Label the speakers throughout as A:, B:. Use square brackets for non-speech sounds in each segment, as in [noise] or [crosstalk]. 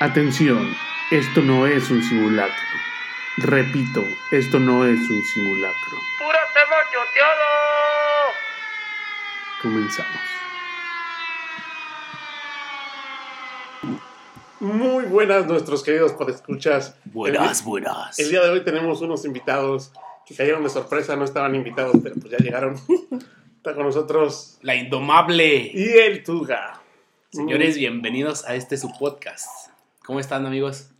A: Atención, esto no es un simulacro. Repito, esto no es un simulacro.
B: ¡Puro tema choteado!
A: Comenzamos. Muy buenas nuestros queridos podescuchas.
C: Buenas, buenas.
A: El día de hoy tenemos unos invitados que cayeron de sorpresa, no estaban invitados, pero pues ya llegaron. [laughs] Está con nosotros
C: La indomable.
A: y el Tuga. [laughs]
C: Señores, bienvenidos a este su podcast. ¿Cómo están, amigos?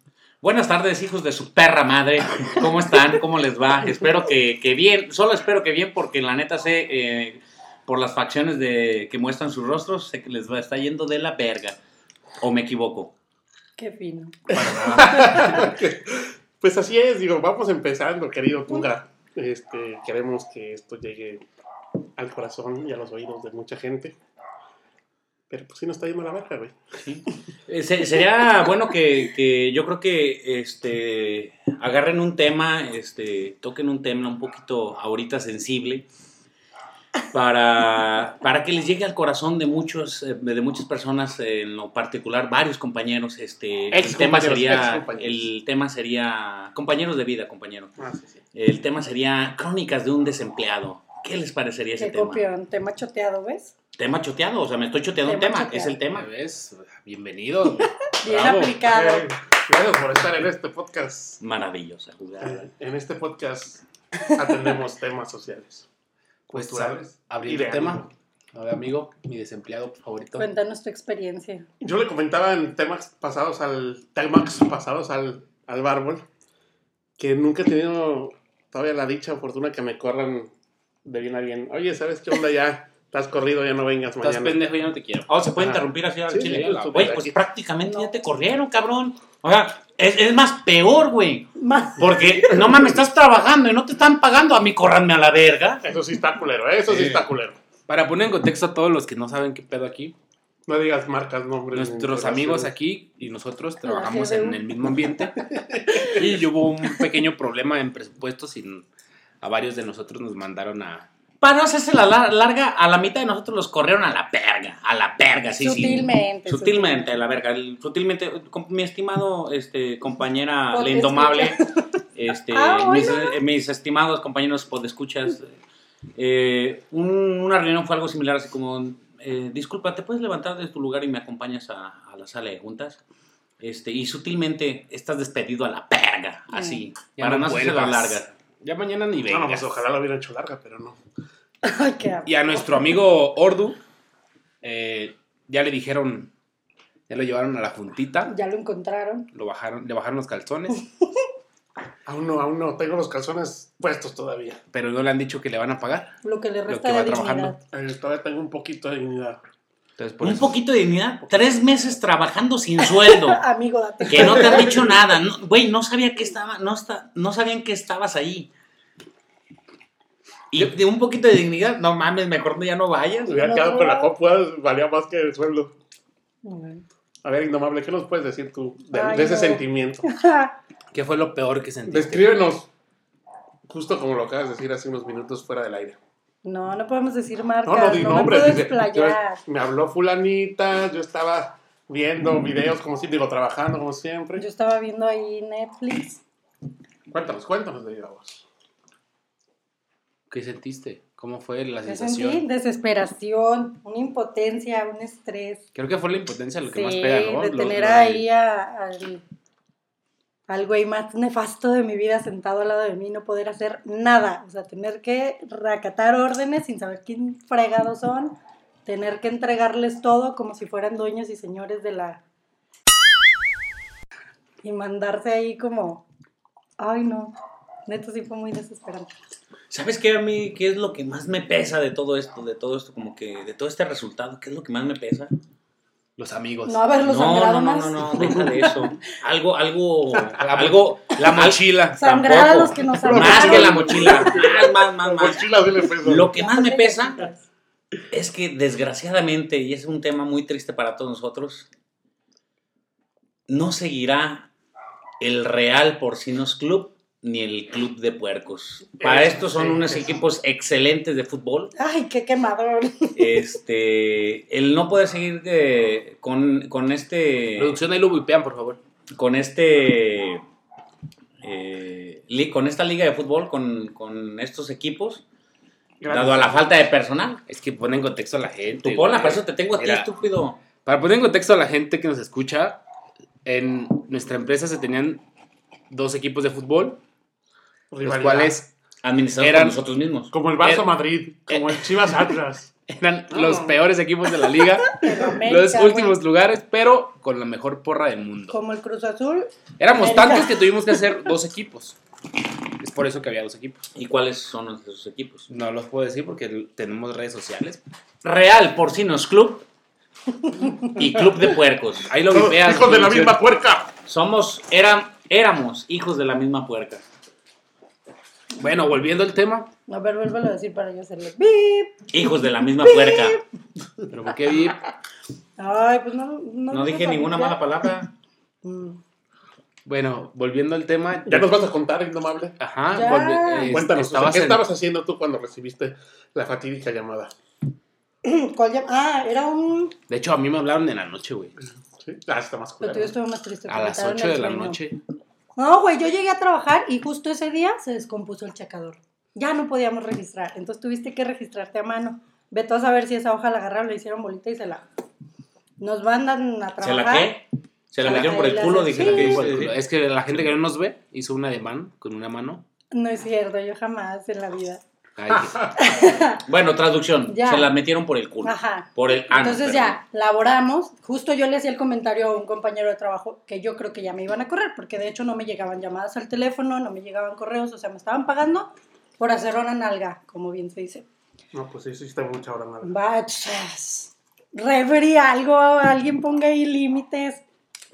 C: Buenas tardes, hijos de su perra madre. ¿Cómo están? ¿Cómo les va? Espero que, que bien. Solo espero que bien porque la neta sé, eh, por las facciones de, que muestran sus rostros, sé que les va, está yendo de la verga. ¿O me equivoco?
D: Qué fino.
A: Pues así es, digo, vamos empezando, querido Tuga. Este, queremos que esto llegue al corazón y a los oídos de mucha gente. Pero pues sí nos está yendo a la verga, güey.
C: Eh, se- sería bueno que, que yo creo que este agarren un tema, este, toquen un tema un poquito ahorita sensible para, para que les llegue al corazón de muchos, eh, de muchas personas, eh, en lo particular, varios compañeros. Este, el
A: Ex
C: tema
A: compañeros, ex
C: sería.
A: compañeros.
C: El tema sería. Compañeros de vida, compañeros.
A: Ah, sí, sí.
C: El tema sería crónicas de un desempleado. ¿Qué les parecería ese
D: Qué
C: tema?
D: copión. Tema choteado, ¿ves?
C: Tema choteado, o sea, me estoy choteando
D: Tema
C: un tema,
D: choteado.
C: es el tema.
E: ¿Ya ves? Bienvenidos. güey.
D: Bien
E: Bravo.
D: aplicado.
A: Eh, gracias por estar en este podcast.
C: Maravillosa jugada.
A: Eh, En este podcast atendemos temas sociales.
E: Pues
A: culturales
E: sabes,
A: y
E: abrir
A: de
E: el tema.
A: ánimo.
E: A ver, amigo, mi desempleado favorito.
D: Cuéntanos tu experiencia.
A: Yo le comentaba en temas pasados al temas pasados al, al bárbol que nunca he tenido todavía la dicha o fortuna que me corran de bien a bien. Oye, ¿sabes qué onda ya? Estás corrido, ya no vengas
E: Estás
A: mañana.
E: pendejo, yo no te quiero.
C: Oh, se puede
A: Ajá.
C: interrumpir así al
A: Sí,
C: chile.
A: sí, la
C: Güey,
A: verdad
C: pues
A: que-
C: prácticamente
D: No.
C: ya te corrieron, cabrón. O sea, es, es más peor, güey.
D: Más.
C: Porque no mames, estás trabajando y no te están pagando. A mí, corranme a la verga.
A: Eso sí está culero, ¿eh? eso sí
E: Sí.
A: está culero.
E: Para poner en contexto a todos los que no saben qué pedo aquí,
A: No digas marcas, nombres. ni
E: nuestros
A: relaciones.
E: amigos aquí y nosotros trabajamos
D: GBU.
E: en el mismo ambiente. y hubo un pequeño problema en presupuestos y a varios de nosotros nos mandaron a.
C: Para no hacerse la lar- larga, a la mitad de nosotros los corrieron a la verga. A la verga, sí,
D: Sutilmente,
C: sí. Sutilmente, a la verga. el- Sutilmente, com- mi estimado este, compañera, la
D: Podescucha.
E: [laughs]
C: indomable. Este,
D: Ah, hola.
C: mis, eh, mis estimados compañeros podescuchas, eh, un- una reunión fue algo similar, así como, eh, disculpa, ¿te puedes levantar de tu lugar y me acompañas a, a la sala de juntas? Este, y sutilmente estás despedido a la verga, así,
E: Mm, Ya
C: para no hacerse la
E: vuelvas.
C: larga.
E: Ya mañana ni
A: Bueno,
E: vengas.
A: pues ojalá lo hubieran hecho larga, pero no.
D: Ay, qué asco.
E: Y a nuestro amigo Ordu, eh, ya le dijeron, ya lo llevaron a la juntita,
D: Ya lo encontraron.
E: lo bajaron, le bajaron los
C: [laughs]
E: calzones,
A: Aún no, aún no. Tengo los calzones puestos todavía.
E: pero no le han dicho que le van a pagar.
D: Lo que le
E: Lo
D: resta
E: que va
D: de dignidad.
E: trabajando.
A: Eh, todavía tengo un poquito de dignidad.
E: Entonces, por
C: Un
E: eso-
C: poquito de dignidad, tres meses trabajando sin sueldo.
D: [laughs]
E: [laughs]
D: Amigo, date.
C: Que no te han dicho nada. No, Güey, no, sabía que estaba, no, está, no sabían que estabas ahí. Y de un poquito de dignidad, no mames, mejor ya no vayas.
A: Me hubiera
D: No.
A: quedado con la copa, valía más que el sueldo.
D: Bueno.
A: A ver, Indomable, ¿qué nos puedes decir tú de,
D: Ay,
A: de ese
D: no. [laughs]
A: sentimiento?
E: ¿Qué fue lo peor que sentiste?
C: Pues,
A: Descríbenos, justo como lo acabas de decir hace unos minutos fuera del aire.
D: [laughs] No, no podemos decir
A: No,
D: marcas.
A: no
D: No,
A: di
D: me
A: nombres.
D: puedo
A: dice, yo-
D: explayar.
A: me habló fulanita, yo estaba viendo
E: Mm.
A: videos como si, digo, trabajando como siempre.
D: Yo estaba viendo ahí Netflix.
A: Cuéntanos, cuéntanos de ella vos.
E: Ah. ¿Qué sentiste? ¿Cómo fue la
D: Me
E: sensación?
D: sentí desesperación, una impotencia, un estrés.
E: Creo que fue la impotencia lo que
D: Sí,
E: más pega, ¿no?
D: de
E: Lo-
D: tener
E: lo de-
D: ahí a- al, al güey más nefasto de mi vida sentado al lado de mí, no poder hacer nada. O sea, tener que recatar órdenes sin saber quién fregados son, tener que entregarles todo como si fueran dueños y señores de la... Y mandarse ahí como... Ay, no. Neto sí fue muy desesperante.
C: ¿Sabes qué a mí, qué es lo que más me pesa de todo esto, de todo esto, como que, de todo este resultado? ¿Qué es lo que más me pesa?
E: Los amigos.
D: No haberlo
C: Pues, no,
D: sangrado
C: no, no,
D: más.
C: no, no, deja de eso. Algo, algo, algo, la mochila.
D: Sangrar a los que nos
C: Más que la
D: sangraron.
C: mochila, más, más, más, más.
A: Mochila, dile pues.
C: Lo que más me pesa Es que desgraciadamente, y es un tema muy triste para todos nosotros, no seguirá el Real Porcinos Club ni el Club de Puercos. Para
A: Eso,
C: esto son
A: sí,
C: unos
A: eso.
C: equipos excelentes de fútbol.
D: Ay, qué quemador.
C: Este, el no poder seguir eh, con, con este...
E: Producción ahí lo vipean, por favor.
C: con este. eh, li- con esta liga de fútbol, con, con estos equipos, dado a la falta de personal.
E: Es que pone en contexto a la gente.
C: Tu pola,
E: güey.
C: para eso te tengo a ti,
E: Mira,
C: estúpido.
E: Para poner en contexto a la gente que nos escucha, en nuestra empresa se tenían dos equipos de fútbol, los
A: Rivalidad.
E: cuales
C: Administrado
E: Eran-
C: por nosotros mismos.
A: Como el Barça
E: pues, Eh,
A: Madrid, como el Chivas
E: [laughs]
A: Atlas.
E: eran
A: No.
E: los peores equipos de la
D: [laughs]
E: liga,
D: Pero
E: los
D: América, Oh. güey.
E: últimos lugares, pero con la mejor porra del mundo.
D: Como el Cruz Azul,
E: Éramos
D: América.
E: tantos que tuvimos que hacer dos equipos. Es por eso que había dos equipos.
C: ¿Y cuáles son esos equipos?
E: No los puedo decir porque tenemos redes sociales.
C: Real Porcinos Club y Club de Puercos.
E: Ahí lo
A: Todos
E: vipeas.
A: hijos de la
E: producción.
A: misma puerca.
C: Somos, era- éramos hijos de la misma puerca.
E: Bueno, volviendo al tema.
D: a ver, vuélvelo a decir para yo hacerle bip.
C: Hijos de la misma puerca.
E: Pero ¿por qué vi?
D: Ay, pues no. No, Mm.
C: No dije ninguna mala palabra.
D: palabra.
E: Bueno, volviendo al tema.
A: Ya nos vas a contar, indomable.
E: Ajá.
D: Ya.
E: volvi- es-
A: Cuéntanos, o sea,
E: estabas
A: ¿qué
E: en-
A: estabas haciendo tú cuando recibiste la fatídica llamada?
D: ¿Cuál llam- Ah, era un.
E: De hecho, a mí me hablaron en la noche, güey.
A: ¿Sí? Ah, está más
D: Pero
A: culero.
D: tú yo estuve más triste.
E: A
D: me
E: las
D: quitaron
E: 8
D: el
E: de la
D: sueño.
E: noche.
D: No, güey, yo llegué a trabajar y justo ese día se descompuso el checador. Ya no podíamos registrar, entonces tuviste que registrarte a mano. Ve tú a saber si esa hoja la agarraron, le hicieron bolita y se la... Nos mandan a trabajar.
C: ¿Se la qué? Se la metieron por el culo, dije.
D: Sí.
C: ¿qué
E: Es,
C: dice?
E: es que la gente que no nos ve hizo una de man con una mano.
D: No es cierto, yo jamás en la vida.
E: Ay,
D: Ah.
E: dije,
C: Bueno, traducción.
D: Ya.
C: Se la metieron por el culo.
D: Ajá.
C: Por el ano,
D: Entonces
C: Ah, perdón.
D: ya, laboramos. Justo yo le hacía el comentario a un compañero de trabajo que yo creo que ya me iban a correr, porque de hecho no me llegaban llamadas al teléfono, no me llegaban correos, o sea, me estaban pagando por hacer una nalga, como bien se dice.
A: No, pues sí, hiciste mucha hora mala.
D: Bachas. Referí algo, alguien ponga ahí límites.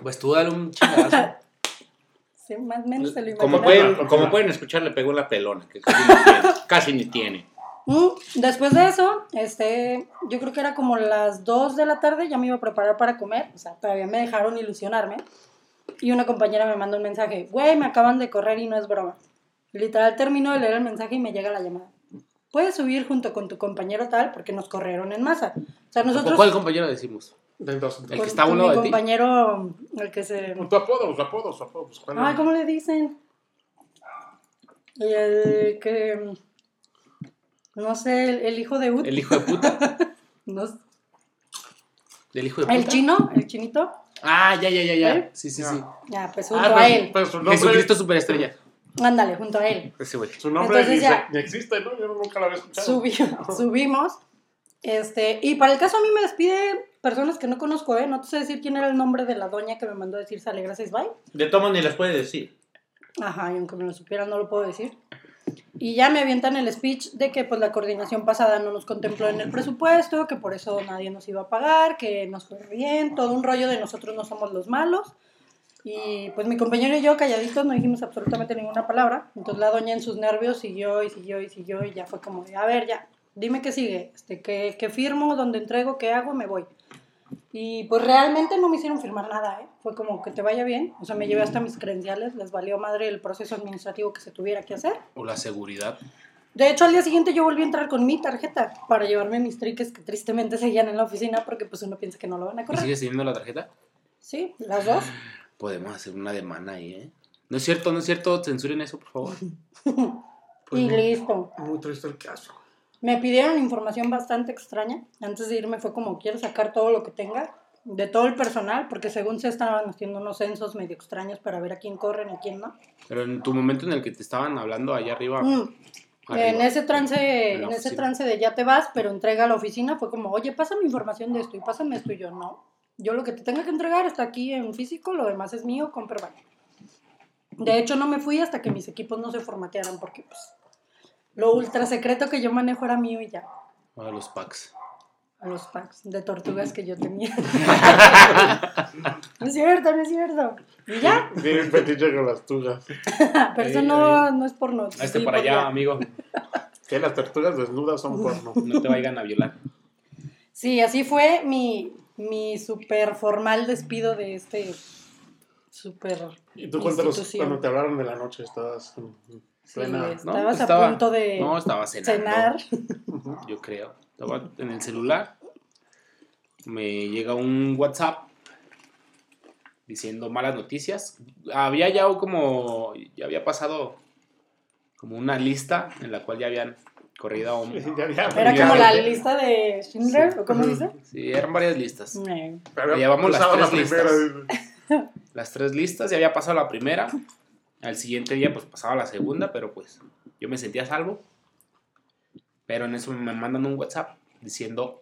E: pues tú dale un chingadazo.
D: Sí, más o menos se lo
C: Pues, Como
D: imaginaba.
C: pueden,
A: Continúa,
C: como
A: continúa.
C: pueden escuchar, le pegó la pelona, que casi ni tiene. Casi ni tiene.
D: Mm, Después de eso, este, yo creo que era como las 2 de la tarde, ya me iba a preparar para comer, o sea, todavía me dejaron ilusionarme. Y una compañera me manda un mensaje, güey, me acaban de correr y no es broma. Literal termino de leer el mensaje y me llega la llamada. Puedes subir junto con tu compañero tal porque nos corrieron en masa. O sea,
E: ¿Por
D: [laughs] nosotros...
E: ¿Cuál compañero decimos?
A: Entonces,
E: El
D: con-
E: que está a un
D: con
E: lado
D: mi
E: de ti.
D: compañero, el que se...
A: tu apodo, su apodo, su apodo. Pues, ¿cuál
D: Ay,
A: es?
D: ¿cómo le dicen? Y el que. No sé, el, el hijo de Ut.
E: El hijo de puta.
D: no sé.
E: Del hijo de puta.
D: El chino, el chinito.
E: Ah, ya, ya, ya, ya. pues.
D: ¿Eh?
E: Sí, sí,
A: Ya.
E: sí.
D: Ya, pues junto
A: Ah,
D: a
A: pero,
D: él.
A: pero su nombre,
E: Jesucristo superestrella.
D: Ándale, junto a él.
E: Ese güey.
A: su nombre
D: Entonces
A: dice,
D: ya.
A: ni existe, ¿no? Yo nunca lo había escuchado.
D: Subi- [laughs] subimos. Este, y para el caso a mí me despide personas que no conozco, ¿eh? No te sé decir quién era el nombre de la doña que me mandó a decir sale, gracias, bye.
C: De tomo ni les puede decir.
D: Ajá, y aunque me lo supiera no lo puedo decir. Y ya me avientan el speech de que pues la coordinación pasada no nos contempló en el presupuesto, que por eso nadie nos iba a pagar, que nos fue bien, todo un rollo de nosotros no somos los malos. Y pues mi compañero y yo calladitos no dijimos absolutamente ninguna palabra. Entonces la doña en sus nervios siguió y siguió y siguió y ya fue como, de, a ver, ya, dime qué sigue, este, qué, qué firmo, dónde entrego, qué hago, me voy. Y pues realmente no me hicieron firmar nada, ¿eh? Fue como que te vaya bien. O sea, me llevé hasta mis credenciales, les valió madre el proceso administrativo que se tuviera que hacer.
E: O la seguridad.
D: De hecho, al día siguiente yo volví a entrar con mi tarjeta para llevarme mis triques que tristemente seguían en la oficina porque pues uno piensa que no lo van a
E: ¿Y
D: correr.
E: sigues teniendo la tarjeta?
D: Sí, las dos.
A: Ah,
E: Podemos hacer una demanda ahí, ¿eh? No es cierto, no es cierto. Censuren eso, por favor.
A: Pues,
D: y
A: muy-
D: listo.
A: Muy triste el caso.
D: Me pidieron información bastante extraña. Antes de irme fue como, quiero sacar todo lo que tenga, de todo el personal, porque según se estaban haciendo unos censos medio extraños para ver a quién corren y a quién no.
E: Pero en tu momento en el que te estaban hablando allá
A: Ah.
E: arriba.
D: Mm.
E: arriba.
D: En ese trance,
E: En la
D: en ese
E: oficina.
D: trance de ya te vas, pero entrega a la oficina, fue como, oye, pásame información de esto y pásame esto y yo, no. Yo lo que te tenga que entregar está aquí en físico, lo demás es mío, comprueba. De hecho, no me fui hasta que mis equipos no se formatearan, porque pues, lo ultra secreto que yo manejo era mío y ya.
E: O de los packs.
D: Los packs de tortugas que
E: [laughs]
D: yo tenía. [laughs] no es cierto, no es cierto. Y ya,
A: Tiene un fetiche con las tugas.
D: pero eso
E: Ey,
D: no, no es porno.
E: Este
D: sí,
E: para allá,
D: porno.
E: amigo.
A: Que las tortugas desnudas son porno.
E: No te vayan a violar.
D: [laughs] Sí, así fue mi, mi super formal despido de este super.
A: Y tú cuéntanos
D: Institución.
A: cuando te hablaron de la noche, estabas en en
D: Sí,
A: plena.
E: No,
D: estabas
E: estaba-
D: a punto de
E: No, estaba cenando.
D: cenar.
E: Yo creo. Estaba en el celular. Me llega un WhatsApp diciendo malas noticias. Había ya como, ya había pasado como una lista en la cual ya habían corrido a un...
A: Ya había-
D: Era
A: ya-
D: como la lista de Schindler, ¿o cómo
A: Ujú.
D: dice? Eh,
E: Sí, eran varias listas.
D: No.
A: pero
E: llevamos las
A: usaba
E: tres
A: primera.
E: Las tres listas, ya había pasado la primera. Al siguiente día pues pasaba la segunda, pero pues yo me sentía a salvo. Pero en eso me mandan un WhatsApp diciendo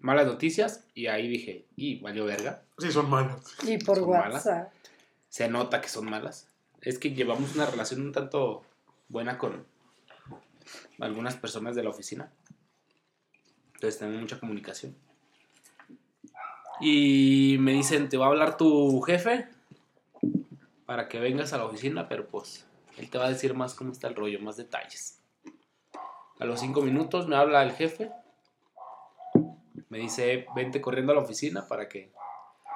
E: malas noticias y ahí dije, y valió verga.
A: Sí, son malas.
D: Y por
E: Son malas. [laughs]
D: WhatsApp.
E: se nota que son malas. Es que llevamos una relación un tanto buena con algunas personas de la oficina. Entonces tenemos mucha comunicación. Y me dicen, te va a hablar tu jefe para que vengas a la oficina, pero pues él te va a decir más cómo está el rollo, más detalles. A los cinco minutos me habla el jefe. Me dice, vente corriendo a la oficina para que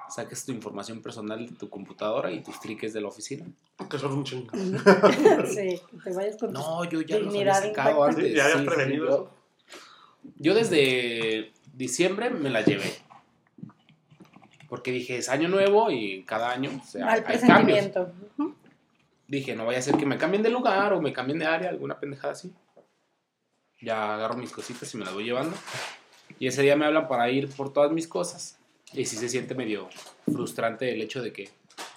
E: saques tu información personal de tu computadora y tus triques de la oficina.
A: Que son un chingo.
D: Sí, que te vayas con tus-
E: No, yo ya los había
D: Dignidad
E: sacado
D: intacta.
E: antes.
A: Sí, ya habías
E: sí, sí,
A: prevenido
E: yo-
A: eso.
E: yo desde diciembre me la llevé. Porque dije, es año nuevo y cada año o sea,
D: mal
E: hay cambios.
D: presentimiento. Ujú.
E: Dije, no vaya a ser que me cambien de lugar o me cambien de área, alguna pendejada así. Ya agarro mis cositas y me las voy llevando. Y ese día me hablan para ir por todas mis cosas. Y sí se siente medio frustrante el hecho de que,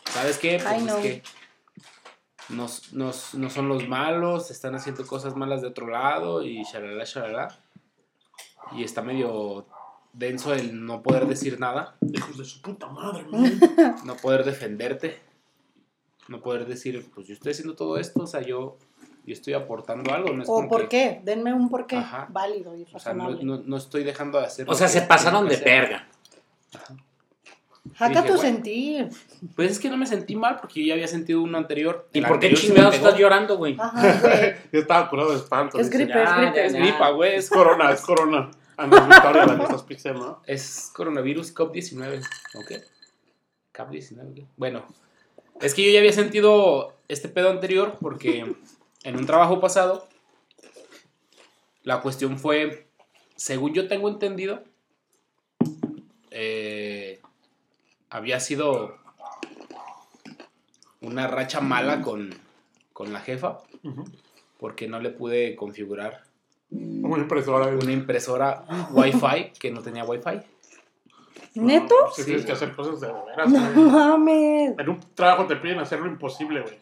E: ¿sabes qué? Pues
D: Ay,
E: es
D: no.
E: que nos, nos- no son los malos, están haciendo cosas malas de otro lado y shalala, shalala. Y está medio denso el no poder decir nada
A: Hijos de su puta madre, man.
E: [laughs] no poder defenderte, no poder decir, pues yo estoy haciendo todo esto, o sea, yo, yo estoy aportando algo, no es
D: O
E: como
D: por
E: que-
D: qué, denme un por qué
E: Ajá.
D: válido y
E: o sea, no,
D: razonable.
E: no- no estoy dejando de hacer.
C: O
E: lo
C: sea,
E: que
C: se
E: tengo
C: pasaron
E: que
C: de
E: hacer.
C: verga.
E: dije,
D: Jaca tu
E: bueno. [laughs]
D: sentir.
E: Pues es que no me sentí mal porque yo ya había sentido uno anterior.
C: ¿Y
E: El
C: por qué
E: anterior se me
C: chingados
E: pegó.
C: estás llorando, güey?
D: Ajá, güey.
A: [laughs] Yo estaba curado de espanto.
D: Es
A: dice.
D: gripe, es
C: ya,
D: gripe.
E: Es gripa, güey,
A: Es
E: es,
A: corona, es corona. Ah, no, es Victoria la que estás pixiando, ¿no?
E: es coronavirus COP19, ¿ok? COP19, ¿qué? Bueno, es que yo ya había sentido este pedo anterior porque en un trabajo pasado la cuestión fue, según yo tengo entendido, eh, había sido una racha mala con, con la jefa
A: Ujú.
E: porque no le pude configurar
A: Una impresora. güey.
E: una impresora Wi-Fi que no tenía Wi-Fi.
D: ¿Neto?
A: Si
E: Sí.
A: tienes que hacer cosas de veras,
D: [laughs] No
A: güey.
D: mames.
A: En un trabajo te piden hacer lo imposible, güey.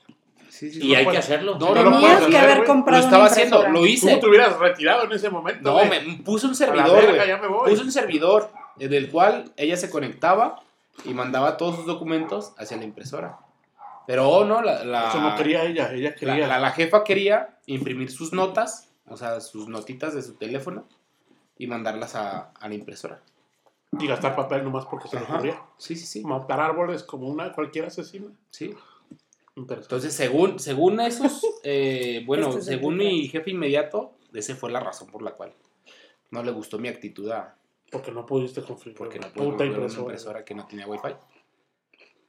E: Sí, sí,
C: Y hay que
A: puedes-
C: hacerlo.
E: No, no,
A: lo
E: no,
A: puedes
D: Tenías que
A: hacer,
D: haber
A: güey.
E: lo
D: comprado
E: estaba
D: una
E: haciendo,
D: impresora.
E: lo
A: Tú
E: hice.
A: te hubieras retirado en ese momento,
E: No,
A: güey.
E: me me puso un
A: A la
E: servidor,
A: verga,
E: güey.
A: ya me voy.
E: Puso un servidor en el cual ella se conectaba y mandaba todos sus documentos hacia la impresora. Pero oh, no, la, la-
A: Eso no quería ella, ella
E: la,
A: quería.
E: la- la jefa quería imprimir sus notas, o sea, sus notitas de su teléfono y mandarlas a, a la impresora.
A: Y gastar papel nomás porque se le
E: Ajá.
A: ocurría.
E: Sí, sí, sí.
A: Matar árboles como una cualquier asesina.
E: sí.
A: Impresora.
E: Entonces, según,
A: [laughs]
E: según esos, eh, bueno,
D: Este es el
E: según
D: detalle.
E: mi jefe inmediato, esa fue la razón por la cual no le gustó mi actitud a,
A: Porque no pudiste configurar
E: Porque
A: una
E: no puedo
A: puta
E: comprar una
A: impresora.
E: impresora que no tenía wifi.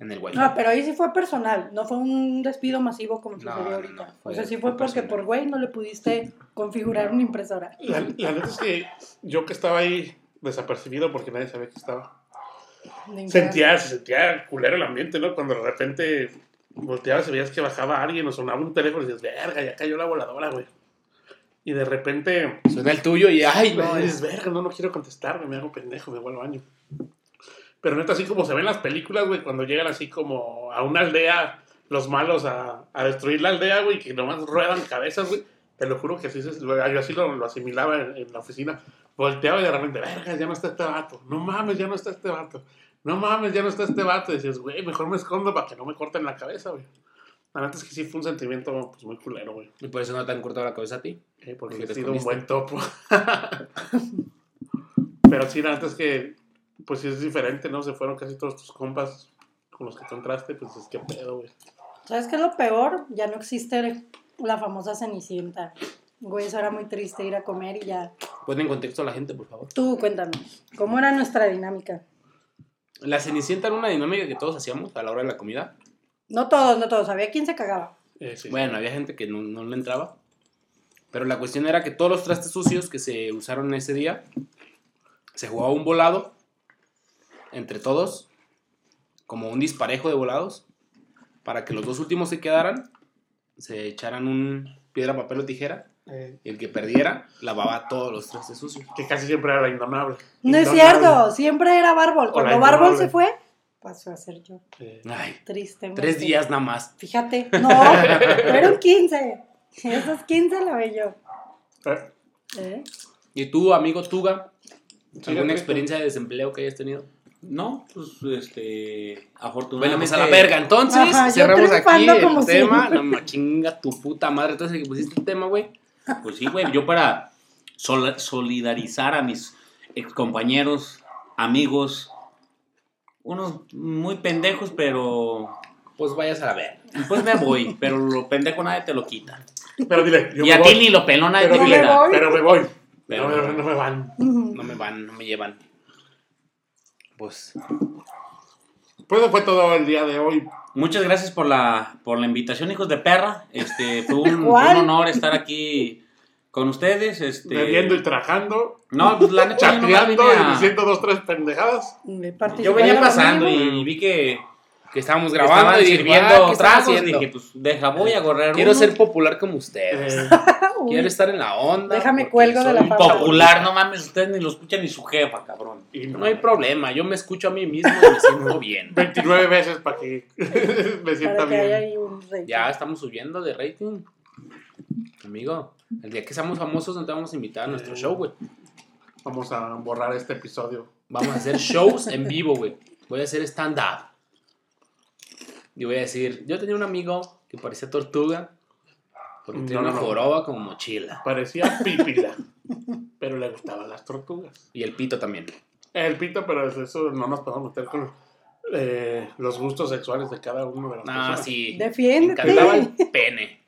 E: En el wifi.
D: No, Ah, pero ahí sí fue personal, no fue un despido masivo como
E: No,
D: sucedió
E: no,
D: ahorita.
E: no, fue-
D: o sea, sí
E: fue
D: fue porque
E: personal.
D: por güey no le pudiste configurar una impresora.
A: La, la neta es que yo que estaba ahí desapercibido porque nadie sabía que estaba.
D: Ni
A: Sentía, se sentía culero el ambiente, ¿no? Cuando de repente volteabas y veías que bajaba alguien o sonaba un teléfono y dices, verga, ya cayó la voladora, güey. Y de repente
E: Suena el tuyo y ay, no,
A: No,
E: es-
A: es verga, no, no quiero contestarme, me hago pendejo, me voy al baño. Pero neta, así como se ven las películas, güey, cuando llegan así como a una aldea, los malos a, a destruir la aldea, güey, que nomás ruedan cabezas, güey. Te lo juro que así se- lo- yo así lo, lo asimilaba en, en la oficina. Volteaba y de repente, verga, ya no está este vato. No mames, ya no está este vato. No mames, ya no está este vato. Y dices, güey, mejor me escondo para que no me corten la cabeza, güey. La neta es que sí fue un sentimiento pues, muy culero, güey.
E: Y por eso no te han cortado la cabeza a ti.
A: Eh, porque
E: Porque te
A: he sido un
E: escondiste.
A: buen topo. [laughs] Pero sí, la neta es que, pues sí es diferente, ¿no? Se fueron casi todos tus compas con los que tú entraste, pues es que pedo, güey.
D: ¿Sabes qué es lo peor? Ya no existe la famosa Cenicienta. Güey, eso era muy triste ir a comer y ya.
E: Pon en contexto a la gente, por favor.
D: Tú, cuéntame, ¿cómo era nuestra dinámica?
E: La cenicienta era una dinámica que todos hacíamos a la hora de la comida.
D: No todos, no todos, había quien se cagaba.
A: Eh, sí.
E: Bueno, había gente que no, no le entraba. Pero la cuestión era que todos los trastes sucios que se usaron ese día, se jugaba un volado entre todos como un disparejo de volados, para que los dos últimos se quedaran, se echaran un piedra, papel o tijera,
A: Eh,
E: y el que perdiera lavaba todos los trastes sucios.
A: que casi siempre era la indomable.
D: No es
A: Indomable.
D: cierto, siempre era Bárbol. Cuando
A: indomable.
D: Bárbol se fue, pasó a ser yo.
A: Eh,
E: Ay,
D: Tristemente.
E: tres días nada más.
D: Fíjate, no, fueron 15. Esos 15 la ve yo.
A: pero-
D: ¿Eh?
E: ¿Y tú, amigo Tuga, alguna
A: Fíjate.
E: experiencia de desempleo que hayas tenido?
C: No, pues este.
E: Bueno,
C: Afortunadamente.
E: pues a la verga. Entonces,
D: Ajá, yo
E: cerramos aquí
D: triunfando
E: el
D: como
E: tema.
D: siempre.
E: No, ma, chinga tu puta madre. Entonces, que pusiste el tema, güey.
C: Pues sí, güey. Yo para sol- solidarizar a mis excompañeros, amigos, unos muy pendejos, pero.
E: Pues vayas a la verga.
C: Pues me voy, [laughs] pero lo pendejo nadie te lo quita.
A: Pero dile, yo
C: y
A: me
C: a
A: voy,
C: ti ni lo pelón nadie
A: pero,
C: te
D: Yo
A: dile,
D: me
C: quita.
D: voy.
A: pero me voy.
E: Pero-
A: no, me- no me van.
D: Ujú.
E: No me van, no me llevan. Pues,
A: Pues eso fue todo el día de hoy.
C: Muchas gracias por la, por la invitación, hijos de perra.
A: [laughs]
C: Este, fue un,
D: ¿Cuál?
C: fue un honor estar aquí con ustedes. Este,
A: Bebiendo y trajando,
C: No, pues la neta, yo nomás vine
A: chateando y
C: a-
A: diciendo dos, tres pendejadas.
D: Me participé
C: Yo
D: en
C: venía
D: lo
C: pasando
D: mismo.
C: y vi que
E: que estábamos grabando
C: grabando
E: y
C: estaban
E: dije, "Ah,
C: sirviendo
E: ¿qué están
C: tragos.
E: haciendo? Eh,
C: Dije, pues deja, voy a correr
E: Quiero
C: uno.
E: ser popular como ustedes.
A: Eh,
D: Uy,
E: Quiero estar en la onda.
D: Déjame
E: porque
D: cuelgo de
E: soy
D: la
E: un
D: papa.
C: popular. No mames, ustedes ni lo escuchan ni su jefa, cabrón.
A: y
E: No hay problema, yo me escucho a mí mismo y me siento bien.
A: 29 veces para que [laughs] me sienta
D: para que haya
A: bien.
D: ahí un rey.
E: Ya estamos subiendo de rating. Amigo, el día que seamos famosos no te vamos a invitar a nuestro show, güey.
A: Vamos a borrar este episodio.
E: Vamos a hacer shows en vivo, güey. Voy a hacer stand-up. Y voy a decir, yo tenía un amigo que parecía tortuga porque tenía
A: No,
E: una
A: no.
E: joroba como mochila.
A: Parecía pípila, pero le gustaban las tortugas.
E: Y el pito también.
A: El pito, pero eso no nos podemos meter con eh, los gustos sexuales de cada uno de las
E: Ah,
A: personas.
E: sí. Me encantaba el
D: Defiéndete.
E: pene.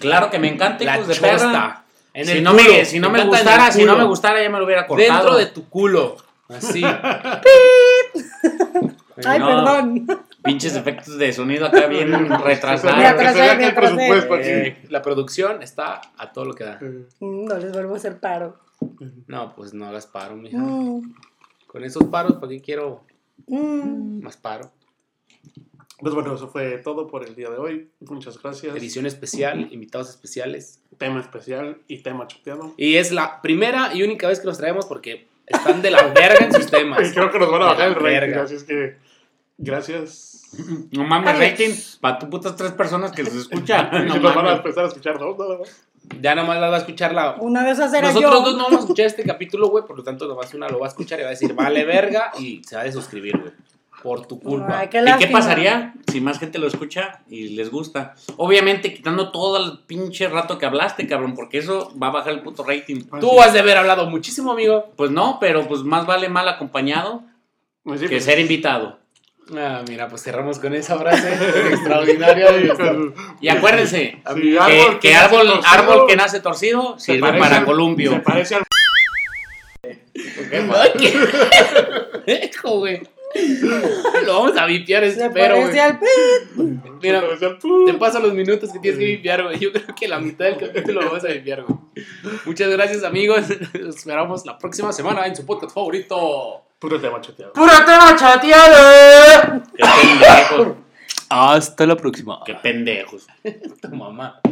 C: Claro que me encanta,
E: La
C: hijos de perra.
E: chosta. En
C: Si
E: el
C: no,
E: culo.
C: me, si no me
E: encanta en el
C: gustara, si
E: culo.
C: no me gustara, ya me lo hubiera cortado.
E: Dentro de tu culo.
C: [laughs]
E: Así.
D: Ay,
C: No.
D: perdón. [laughs]
C: Pinches efectos de sonido
E: [laughs]
C: acá bien
A: Me
C: retrasados.
D: atrasé,
A: atrasé,
D: me
A: el
D: atrasé.
A: presupuesto aquí.
E: Eh, la producción está a todo lo que da.
A: Eh,
D: No les vuelvo a hacer paro.
E: No, pues no hagas paro, mija.
D: Mm,
E: Con esos paros, ¿para qué quiero
D: mm.
E: más paro?
A: Pues bueno, eso fue todo por el día de hoy. Muchas gracias.
E: Edición especial, invitados especiales.
A: Tema especial y tema choteado.
E: Y es la primera y única vez que los traemos porque están de la verga en
A: [laughs]
E: sus
A: Y
E: temas.
A: creo que nos van a
E: De
A: bajar
E: la
A: el rating,
E: verga.
A: así es que gracias.
C: No mames,
D: Adiós.
C: rating. Para tú putas tres personas que se escuchan. [laughs]
E: [laughs]
C: No
A: nos van a
C: mames.
A: empezar a escuchar dos nada más.
E: Ya nomás las va a escuchar la.
D: Una vez hacer yo.
E: Nosotros dos no vamos a escuchar este capítulo, güey. Por lo tanto, nomás una lo va a escuchar y va a decir, vale verga. Y se va a desuscribir, güey. Por tu culpa.
D: Ay,
C: ¿Y qué
D: lástima.
C: pasaría si más gente lo escucha y les gusta? Obviamente quitando todo el pinche rato que hablaste, cabrón, porque eso va a bajar el puto rating.
E: Tú has de haber hablado muchísimo, amigo.
C: Pues no, pero pues más vale mal acompañado
A: Pues sí,
C: que
A: pues,
C: ser invitado.
E: Ah, mira, pues cerramos con esa frase [laughs] extraordinaria.
A: [laughs]
E: güey.
C: Y acuérnese
A: Sí,
C: que,
A: árbol
C: que
A: que nace
C: árbol,
A: torcido-
C: árbol que nace torcido
A: Se
C: sirve
A: parece
C: para
A: al- Se
C: columpio.
A: parece al
E: Ay, [laughs] qué hijo, güey. Lo vamos a vipiar,
D: Se
E: espero, güey.
D: parece al
E: Mira,
A: se parece al- ¡Pum!
E: te paso los minutos que tienes que vipiar, güey. Yo creo que la mitad del capítulo lo vamos a vipiar, güey. Muchas gracias, amigos. Nos esperamos la próxima semana en su podcast favorito.
A: Puro tema choteado.
C: ¡Puro tema chateado! ¡Qué pendejos!
A: [laughs]
E: Hasta la próxima.
C: ¡Qué pendejos!
E: Tu mamá.